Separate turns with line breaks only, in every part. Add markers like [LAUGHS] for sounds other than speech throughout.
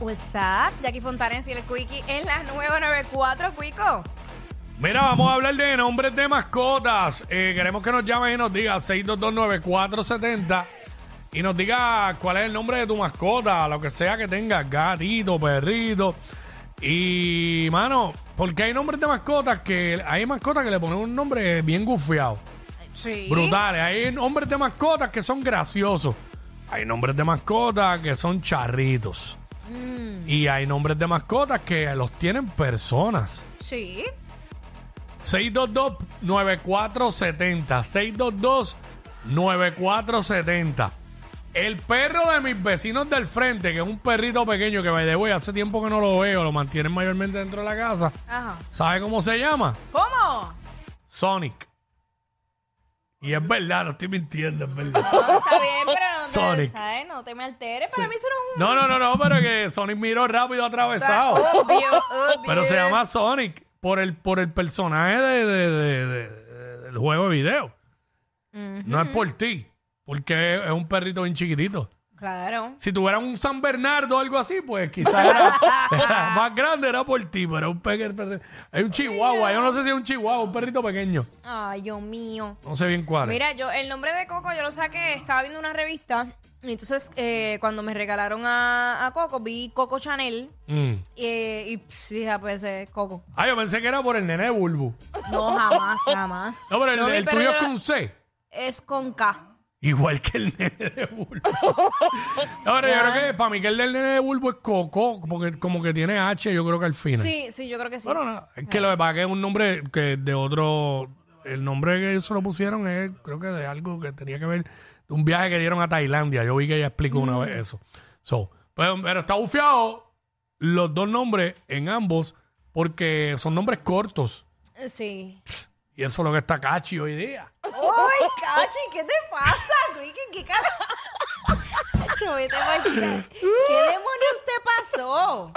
What's up? Jackie Fontanes y el Quickie en la 994, Quico.
Mira, vamos a hablar de nombres de mascotas. Eh, queremos que nos llames y nos digas 6229470 y nos digas cuál es el nombre de tu mascota, lo que sea que tengas, gatito, perrito. Y, mano, porque hay nombres de mascotas que hay mascotas que le ponen un nombre bien gufiado,
Sí.
brutales. Hay nombres de mascotas que son graciosos. Hay nombres de mascotas que son charritos. Y hay nombres de mascotas que los tienen personas.
Sí.
622-9470. 622-9470. El perro de mis vecinos del frente, que es un perrito pequeño que me debo hace tiempo que no lo veo, lo mantienen mayormente dentro de la casa.
Ajá.
¿Sabe cómo se llama?
¿Cómo?
Sonic. Y es verdad, no estoy mintiendo, es verdad.
No, está bien, pero no te,
Sonic.
¿sabes? No te me alteres. Para mí eso no
No, no, no, no, pero que Sonic miró rápido atravesado.
es un... Obvio, obvio.
Pero se llama Sonic por el, por el personaje de, de- de- de- del juego de video. No es por ti, porque es un perrito bien chiquitito.
Claro.
Si tuviera un San Bernardo o algo así, pues quizás era, [LAUGHS] era más grande, era por ti, pero un pequeño. Es un chihuahua, yo no sé si es un chihuahua, un perrito pequeño.
Ay, Dios mío.
No sé bien cuál. es.
Mira, yo el nombre de Coco yo lo saqué, estaba viendo una revista. Y entonces, eh, cuando me regalaron a, a Coco, vi Coco Chanel.
Mm.
eh, y pff, dije, ah, pues es Coco.
Ah, yo pensé que era por el nene de Bulbu.
No, jamás, jamás.
No, pero el,
mi
el
perro yo
tuyo es
lo-
con C.
es con K.
Igual que el nene de Bulbo. Ahora, yo creo que para mí que el del nene de Bulbo es Coco, porque como que tiene H, yo creo que al final.
Sí, sí, yo creo que sí.
Bueno, nada, es que lo que pasa es que es un nombre que de otro. El nombre que se lo pusieron es, creo que de algo que tenía que ver, de un viaje que dieron a Tailandia. Yo vi que ella explicó una vez eso. So, pero, pero está bufiado los dos nombres en ambos, porque son nombres cortos.
Sí.
Y eso es lo que está cachi hoy día.
¡Uy, Cachi! ¿Qué te pasa? Güey? ¿Qué, qué cara? Cacho, vete pa'l ca- ¿Qué demonios te pasó?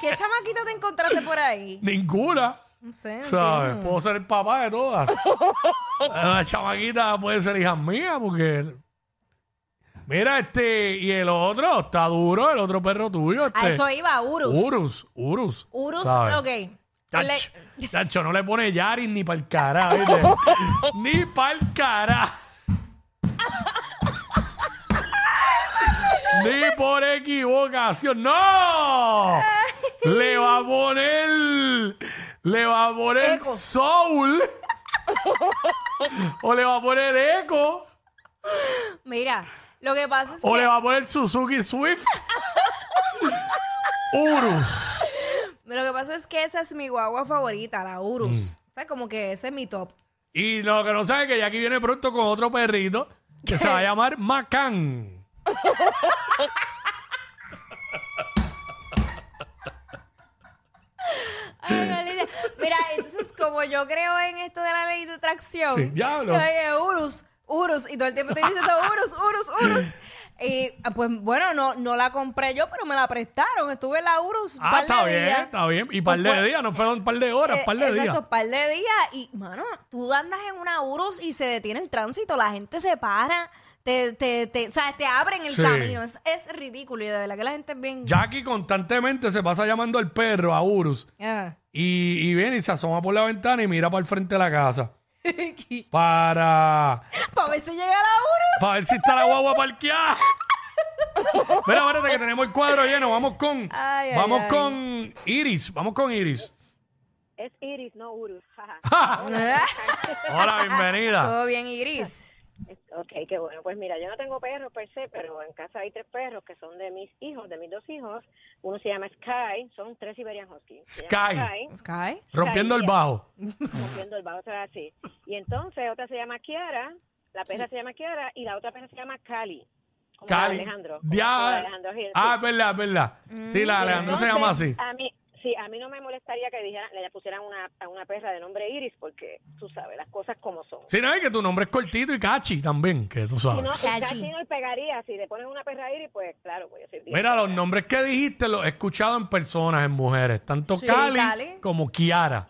¿Qué chamaquita te encontraste por ahí?
Ninguna.
No sé. no
¿Sabes?
entiendo.
Puedo ser el papá
[LAUGHS]
de todas. La chamaquita puede ser hija mía porque... Mira, este... Y el otro, está duro, el otro perro tuyo. Este,
A Ah, eso iba, Urus.
Urus, Urus.
Urus,
¿sabes?
ok. Él
Chacho,
le-
[LAUGHS] chacho, no le pone Yaris ni para el
[LAUGHS]
cara, ¿viste? ni para el cara. ni por equivocación. ¡No! le va a poner. Le va a poner
Eco.
Soul. o le va a poner Echo.
Mira, lo que pasa es que.
O le va a poner
[LAUGHS]
Suzuki Swift. Urus.
Lo que pasa es que esa es mi guagua favorita, la Urus. O sea, como que ese es mi top.
Y lo que no sabe es que Jackie viene pronto con otro perrito que se va a llamar Macán.
Ay, Ah, no, Lidia. Mira, entonces como yo creo en esto de la ley de atracción,
Sí, ya hablo.
yo dije, Urus, Urus, y todo el tiempo estoy diciendo Urus, Urus,
[LAUGHS]
Urus. Y ah, pues bueno, no, no la compré yo, pero me la prestaron. Estuve en la Urus un
Ah,
par
está
de
bien,
días.
está bien. Y par de
Pues,
días, no fueron un par de horas,
Eh,
par de días.
Exacto, par de días. Y, mano, tú andas en una Urus y se detiene el tránsito, la gente se para, te, te, te, o sea, te abren el
Sí.
camino. Es, es ridículo y de verdad que la gente es bien...
Jackie constantemente se pasa llamando al perro, a Urus,
[LAUGHS] Ah.
y, y viene y se asoma por la ventana y mira para el frente de la casa. para,
Para ver si llega la Urus.
[LAUGHS] para ver si está la guagua parqueada. Mira, espérate que tenemos el cuadro lleno. Vamos con,
Ay, ay,
vamos
ay.
con Iris, vamos con Iris.
Es Iris, no
[LAUGHS]
Urus. [LAUGHS] jaja.
Ah, Hola, bienvenida.
Todo bien, Iris.
Es- [LAUGHS] ok, qué bueno. Pues mira, yo no tengo perros per se, pero en casa hay tres perros que son de mis hijos, de mis dos hijos. Uno se llama Sky, son tres Siberian Husky. Se llama
Sky.
Sky.
Rompiendo el bajo.
Sky, rompiendo el bajo, se va así. Y entonces otra se llama Kiara, la perra se llama Kiara y la otra perra se llama Cali. como la de
Cali.
Alejandro. como la de
Ya.
Alejandro Gil,
Ah,
sí.
es verdad, es verdad. Sí,
Mm,
la Alejandro se llama así.
Entonces, A mí, sí, a mí no me molestaría que dijeran, le pusieran una, a una perra de nombre Iris porque tú sabes las cosas como son.
Sí, no, es que tu nombre es cortito y cachi también, que tú
Si
sabes.
no,
Cachi.
casi no le pegaría. Si le ponen una perra iris, pues claro, voy a decir.
Mira, los nombres que dijiste los he escuchado en personas, en mujeres. Tanto Cali,
Cali.
como Kiara.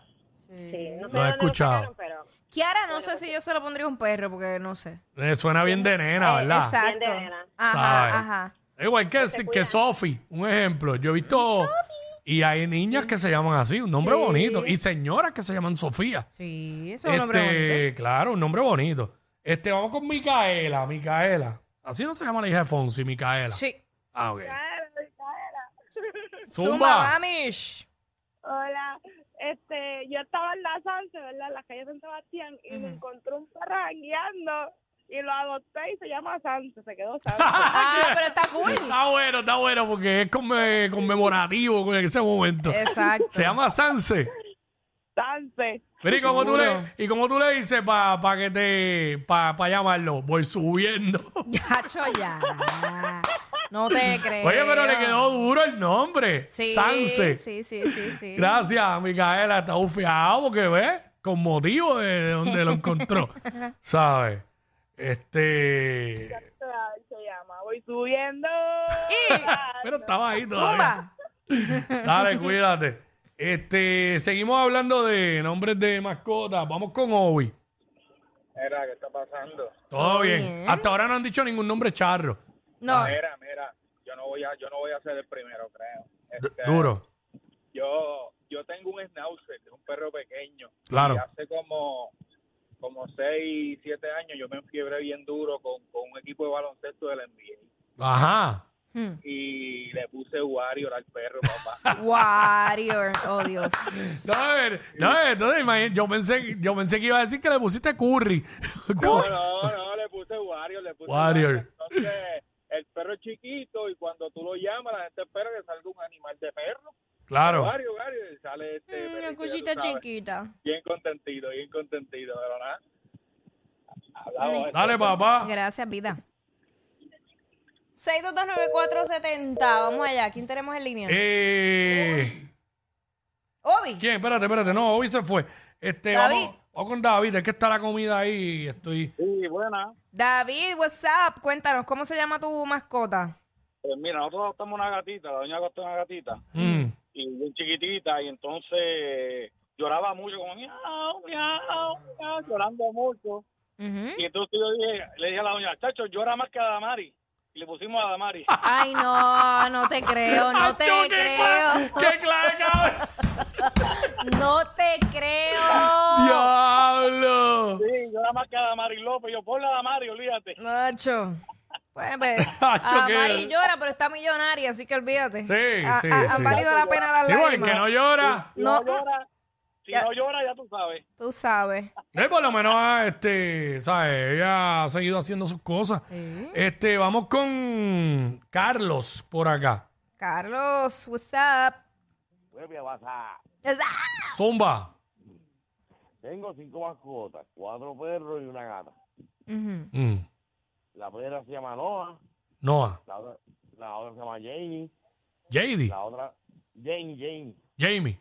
Sí, no sé
Lo
dónde
he escuchado.
sacaron, pero
Kiara, no sé si yo se lo pondría a un perro, porque no sé.
Eh, suena bien de nena,
Eh,
¿verdad?
Exacto.
Bien de nena.
Ajá,
¿Sabes?
ajá.
Igual que, que Sophie, un ejemplo. Yo he visto. Y hay niñas que se llaman así, un nombre
Sí.
bonito. Y señoras que se llaman Sofía.
Sí, eso es un nombre
Este, Claro, un nombre bonito. Este, vamos con Micaela, Micaela. Así no se llama la hija de Fonsi, Micaela.
bonito. Sí.
Ah, ok.
Zumba,
Zumba.
mamish.
[LAUGHS] Hola, este, yo estaba en la Sanse, ¿verdad? En la calle San Sebastián y me encontré un perro jangueando y lo adopté y se llama Sanse, se quedó
[LAUGHS]
Sanse.
Ah, pero está cool.
Está bueno, está bueno, porque es conme- conmemorativo con ese momento.
Exacto.
Se llama Sanse.
Sanse.
Mira, ¿y cómo, tú
Seguro.
le, ¿y cómo tú le dices para que te para llamarlo? Voy subiendo.
Yacho ya. No te crees.
Oye, pero le quedó duro el nombre.
Eh, ah. Sí,
Sanse.
Sí, sí, sí, sí.
Gracias, Micaela. Está bufiado porque ves, con motivo de, de donde lo
[LAUGHS]
encontró. ¿Sabes? Este.
Ay, Se llama, voy subiendo.
Pero estaba ahí todavía.
Zumba. [LAUGHS]
Dale, cuídate. Este, seguimos hablando de nombres de mascotas. Vamos con Obi.
Mira, ¿qué está pasando?
Todo
Todo
bien.
bien.
Hasta ahora no han dicho ningún nombre charro.
No.
Ah.
Mira, mira, yo no voy a, yo no voy a ser el primero, creo.
D-
Este,
Duro.
Yo, yo tengo un schnauzer, un perro pequeño.
Claro.
Y hace como, como seis, siete años yo me enfiebré bien duro con, con un equipo de baloncesto del NBA.
Ajá.
Hmm.
Y le puse Wario al perro,
[LAUGHS]
papá.
Warrior. Oh, Dios.
No, a ver, no, a ver, entonces imagín- yo pensé, yo pensé que iba a decir que le pusiste curry.
[LAUGHS] No, no, no, le puse Wario, le puse
Warrior.
Entonces, el perro es chiquito y cuando tú lo llamas, la gente espera que salga un animal de perro.
Claro.
Wario, Wario, y sale este perrito, ya
Una
tú
cosita
sabes.
chiquita.
Bien contentito, bien contentito, pero nada. Hablamos.
Dale, papá.
Gracias, vida. 6229470. Vamos allá. ¿Quién tenemos en línea?
Eh,
Obi.
¿Quién? Espérate, espérate. No, hoy se fue. Este,
David.
vamos, vamos con David. Es que está la comida ahí y estoy...
Sí, buena.
David, what's up? Cuéntanos, ¿cómo se llama tu mascota?
Pues mira, nosotros adoptamos una gatita, la doña adoptó una gatita,
Mm.
y bien chiquitita, y entonces lloraba mucho, como miau, miau, miau, llorando mucho.
Ujú.
Y entonces yo dije, le dije a la doña, chacho, llora más que a Damari. Y le pusimos
[LAUGHS]
a Damari.
Ay, no, no te creo, no te
¡Acho, qué
creo.
cla- ¡Qué clave, cabrón!
No te creo.
¡Diablo!
Sí, llora más que a Damari López. Yo, ponle a Damari, olvídate.
Nacho. Pues, pues,
Nacho,
a
¿qué?
Mari llora, pero está millonaria, así que olvídate.
Sí,
Ha-
sí,
ha- Han
sí.
valido la pena las
Sí, porque el
lágrimas.
que no llora.
Si
No. ah,
no, llora, si
Ya.
no llora, ya tú sabes.
Tú sabes.
Eh, por lo menos, ah, este, ¿sabes? Ella ha seguido haciendo sus cosas.
Sí.
Este, vamos con Carlos por acá.
Carlos, what's up?
Vuelve a pasar.
What's up?
Zumba.
Tengo cinco mascotas, cuatro perros y una gata.
Ujú.
Mm.
La perra se llama Noah,
Noah.
la otra, la otra se llama Jamie,
JD.
la otra Jane, Jane,
Jamie.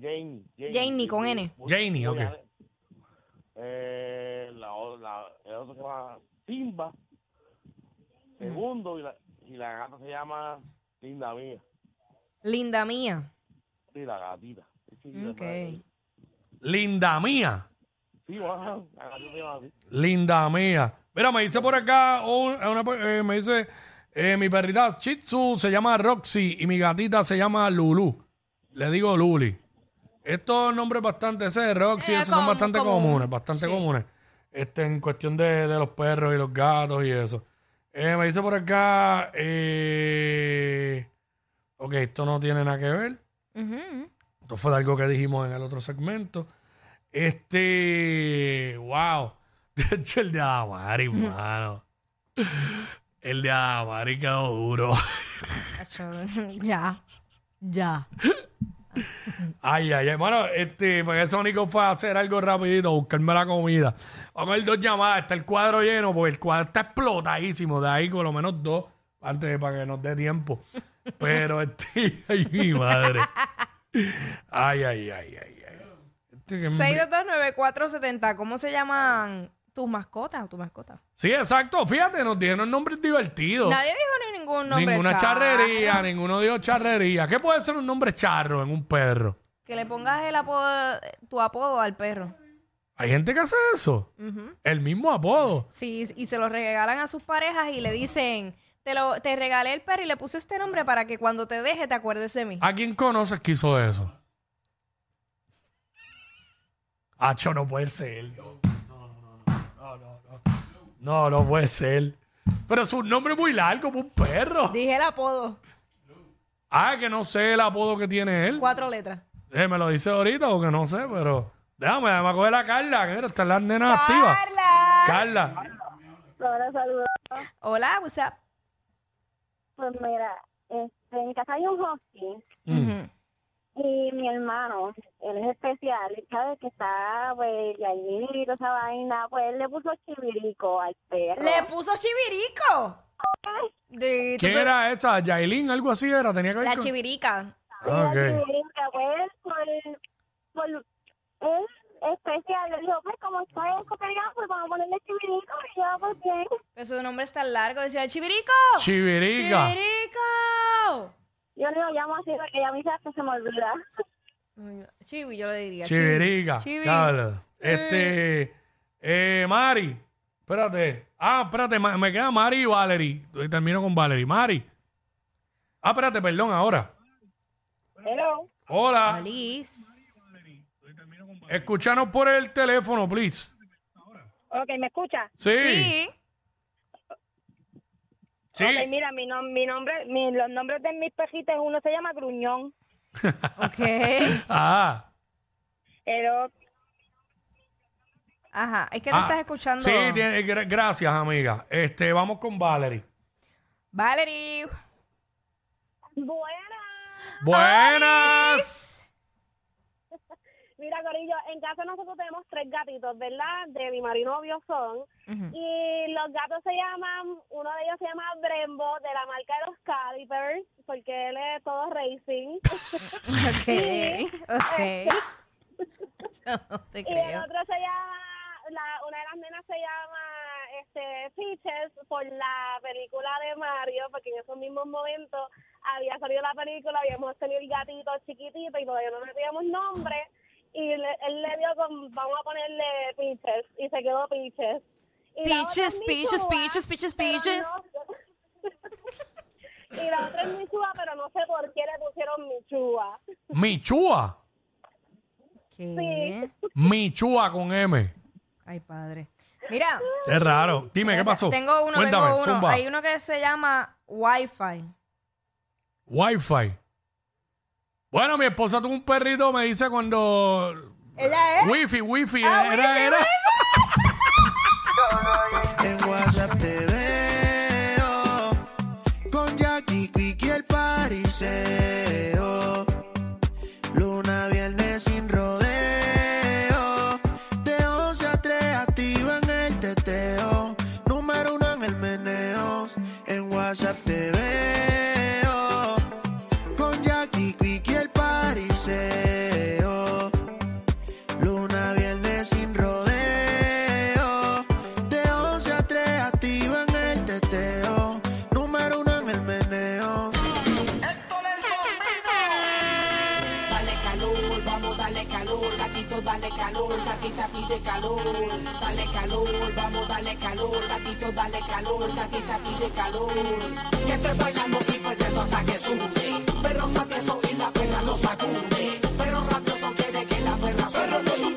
Jane, Jane.
Janie con N.
Janie, ok.
ale- Eh, la, o- la, el otro se llama Simba, segundo, y la, y la gata se llama Linda Mía,
Linda mía.
sí, la gatita. Sí, la-
Ok.
Linda mía.
Sí, bueno, la gatita se llama así.
Linda mía. Mira, me dice por acá, un- una pe- eh, me dice, eh, mi perrita Shih Tzu se llama Roxy y mi gatita se llama Lulu. Le digo Luli. Estos nombres bastante, ese de Roxy,
Eh,
esos son
com-
bastante
común.
comunes, bastante
Sí.
comunes. Este, en cuestión de, de los perros y los gatos y eso. Eh, me dice por acá, eh, ok, esto no tiene nada que ver.
[LAUGHS] Ujú.
Esto fue de algo que dijimos en el otro segmento. Este, wow. [LAUGHS] De hecho, el de Adamari, mano. El de Adamari quedó duro. [LAUGHS]
Nacho, ya. Ya.
Ay, ay, ay. Bueno, este, pues eso único fue a hacer algo rapidito, buscarme la comida. Vamos a ver dos llamadas. Está el cuadro lleno, porque el cuadro está explotadísimo. De ahí por lo menos dos, antes de para que nos dé tiempo. Pero [LAUGHS] este, ay, mi madre. Ay, ay, ay, ay, ay. Este que me-
6229470. ¿Cómo se llaman tus mascotas o tu mascota?
Sí, exacto. Fíjate, nos dijeron nombres divertidos.
Nadie dijo ni ningún nombre.
Ninguna
charro.
charrería, ninguno dijo charrería. ¿Qué puede ser un nombre charro en un perro?
Que le pongas el apodo, tu apodo al perro.
Hay gente que hace eso.
Ujú.
El mismo apodo.
Sí, y se lo regalan a sus parejas y le dicen, te, lo, te regalé el perro y le puse este nombre para que cuando te deje te acuerdes de mí.
¿A quién conoces que hizo eso? Acho, no puede ser. No, no, no, no, no, no. No, no puede ser. Pero es un nombre muy largo, como un perro.
Dije el apodo,
Ah, que no sé el apodo que tiene él.
cuatro letras.
Eh, me lo dice ahorita porque no sé, pero... Déjame, déjame coger a Carla, que mira, están las nenas activas.
Carla.
Carla.
Hola, saludos.
Hola, what's up?
Pues mira, este, en mi casa hay un husky
Mm.
Ujú.
y mi hermano, él es especial, y sabe que está, pues, y allí y toda esa vaina, pues él le puso chivirico al perro.
Le puso chivirico. De- tú
¿Quién
te-
era esa? ¿Yailin? ¿Algo así era? Tenía que ver
La
con-
chivirica.
Ah, ok.
Chivirica, pues, por, por, él especial, le dijo, pues, como está en Copenhague, pues vamos a ponerle chivirico, y yo, pues, bien.
Pero su nombre es tan largo. Decía, chivirico.
Chivirica.
Chivirico.
Yo no lo llamo así porque ya me dice que se me olvida.
Chivi, yo le diría. chivi.
Chivirica.
Chivi.
Diablo. Este. Eh, Mari. Espérate. Ah, espérate. ma- Me queda Mari y Valerie. Y Termino con Valerie. Mari. Ah, espérate, perdón, ahora.
Hello.
Hola.
Alice.
Escúchanos por el teléfono, please.
Ok, ¿me escucha?
Sí.
Sí.
Sí.
Ok, mira, mi, nom- mi nombre, mi- los nombres de mis pejitos, uno se llama Gruñón,
Ok.
Ah.
el otro,
Ajá. Es que no
ah.
estás escuchando.
Sí, tiene- gra- gracias, amiga. Este, vamos con Valerie.
Valerie.
Buena.
Buenas.
Mira, Corillo, en casa nosotros tenemos tres gatitos, ¿verdad? De mi marinovio son.
Ujú.
Y los gatos se llaman, uno de ellos se llama Brembo, de la marca de los Calipers, porque él es todo racing.
Ok. Ok. Yo no te
Y el
creo.
otro se llama, la, una de las nenas se llama este, Peaches por la película de Mario, porque en esos mismos momentos había salido la película, habíamos tenido el gatito chiquitito y todavía no le teníamos nombre. Y le- él le dio con, vamos a ponerle Peaches, y se quedó Peaches. Y la otra es
Peaches, peaches,
Michua,
peaches, peaches,
pero
peaches.
no- [LAUGHS] y la otra es Michua, pero no sé por qué le pusieron Michua.
Michúa.
¿Qué?
Michúa con M.
Ay, padre. Mira.
Es raro. Dime, ¿qué pasó?
Tengo uno,
Cuéntame,
tengo uno.
Zumba.
Hay uno que se llama Wi-Fi.
Wi-Fi. Bueno, mi esposa tuvo un perrito, me dice cuando.
¿Ella es?
Wifi, wifi,
¿Eh? Ah,
era,
wifi,
era.
En WhatsApp te veo con Jackie, Quick y el Pariseo. Luna, viernes sin rodeo. De 11 a 3 activa en el teteo. Número uno en el meneo. En WhatsApp te veo con Jackie, Quick y el Pariseo. Luna, viernes sin rodeo. De 11 a 3 activan el teteo. Número uno en el meneo.
Dale calor, vamos, dale calor, gatito, dale calor, gatita pide calor. Dale calor, vamos, dale calor, gatito, dale calor, gatita pide calor. Y estoy bailando y perdiendo hasta que sube. Pero patioso y la perra lo sacude. Pero rabioso quiere que la perra Pero no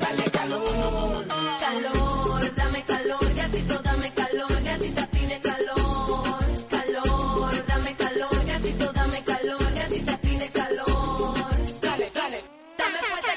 Dale calor.
Calor, dame calor, gatito, dame calor, gatita tiene calor. Calor, dame calor, gatito, dame calor, gatita tiene calor.
Dale, dale.
Dame fuerte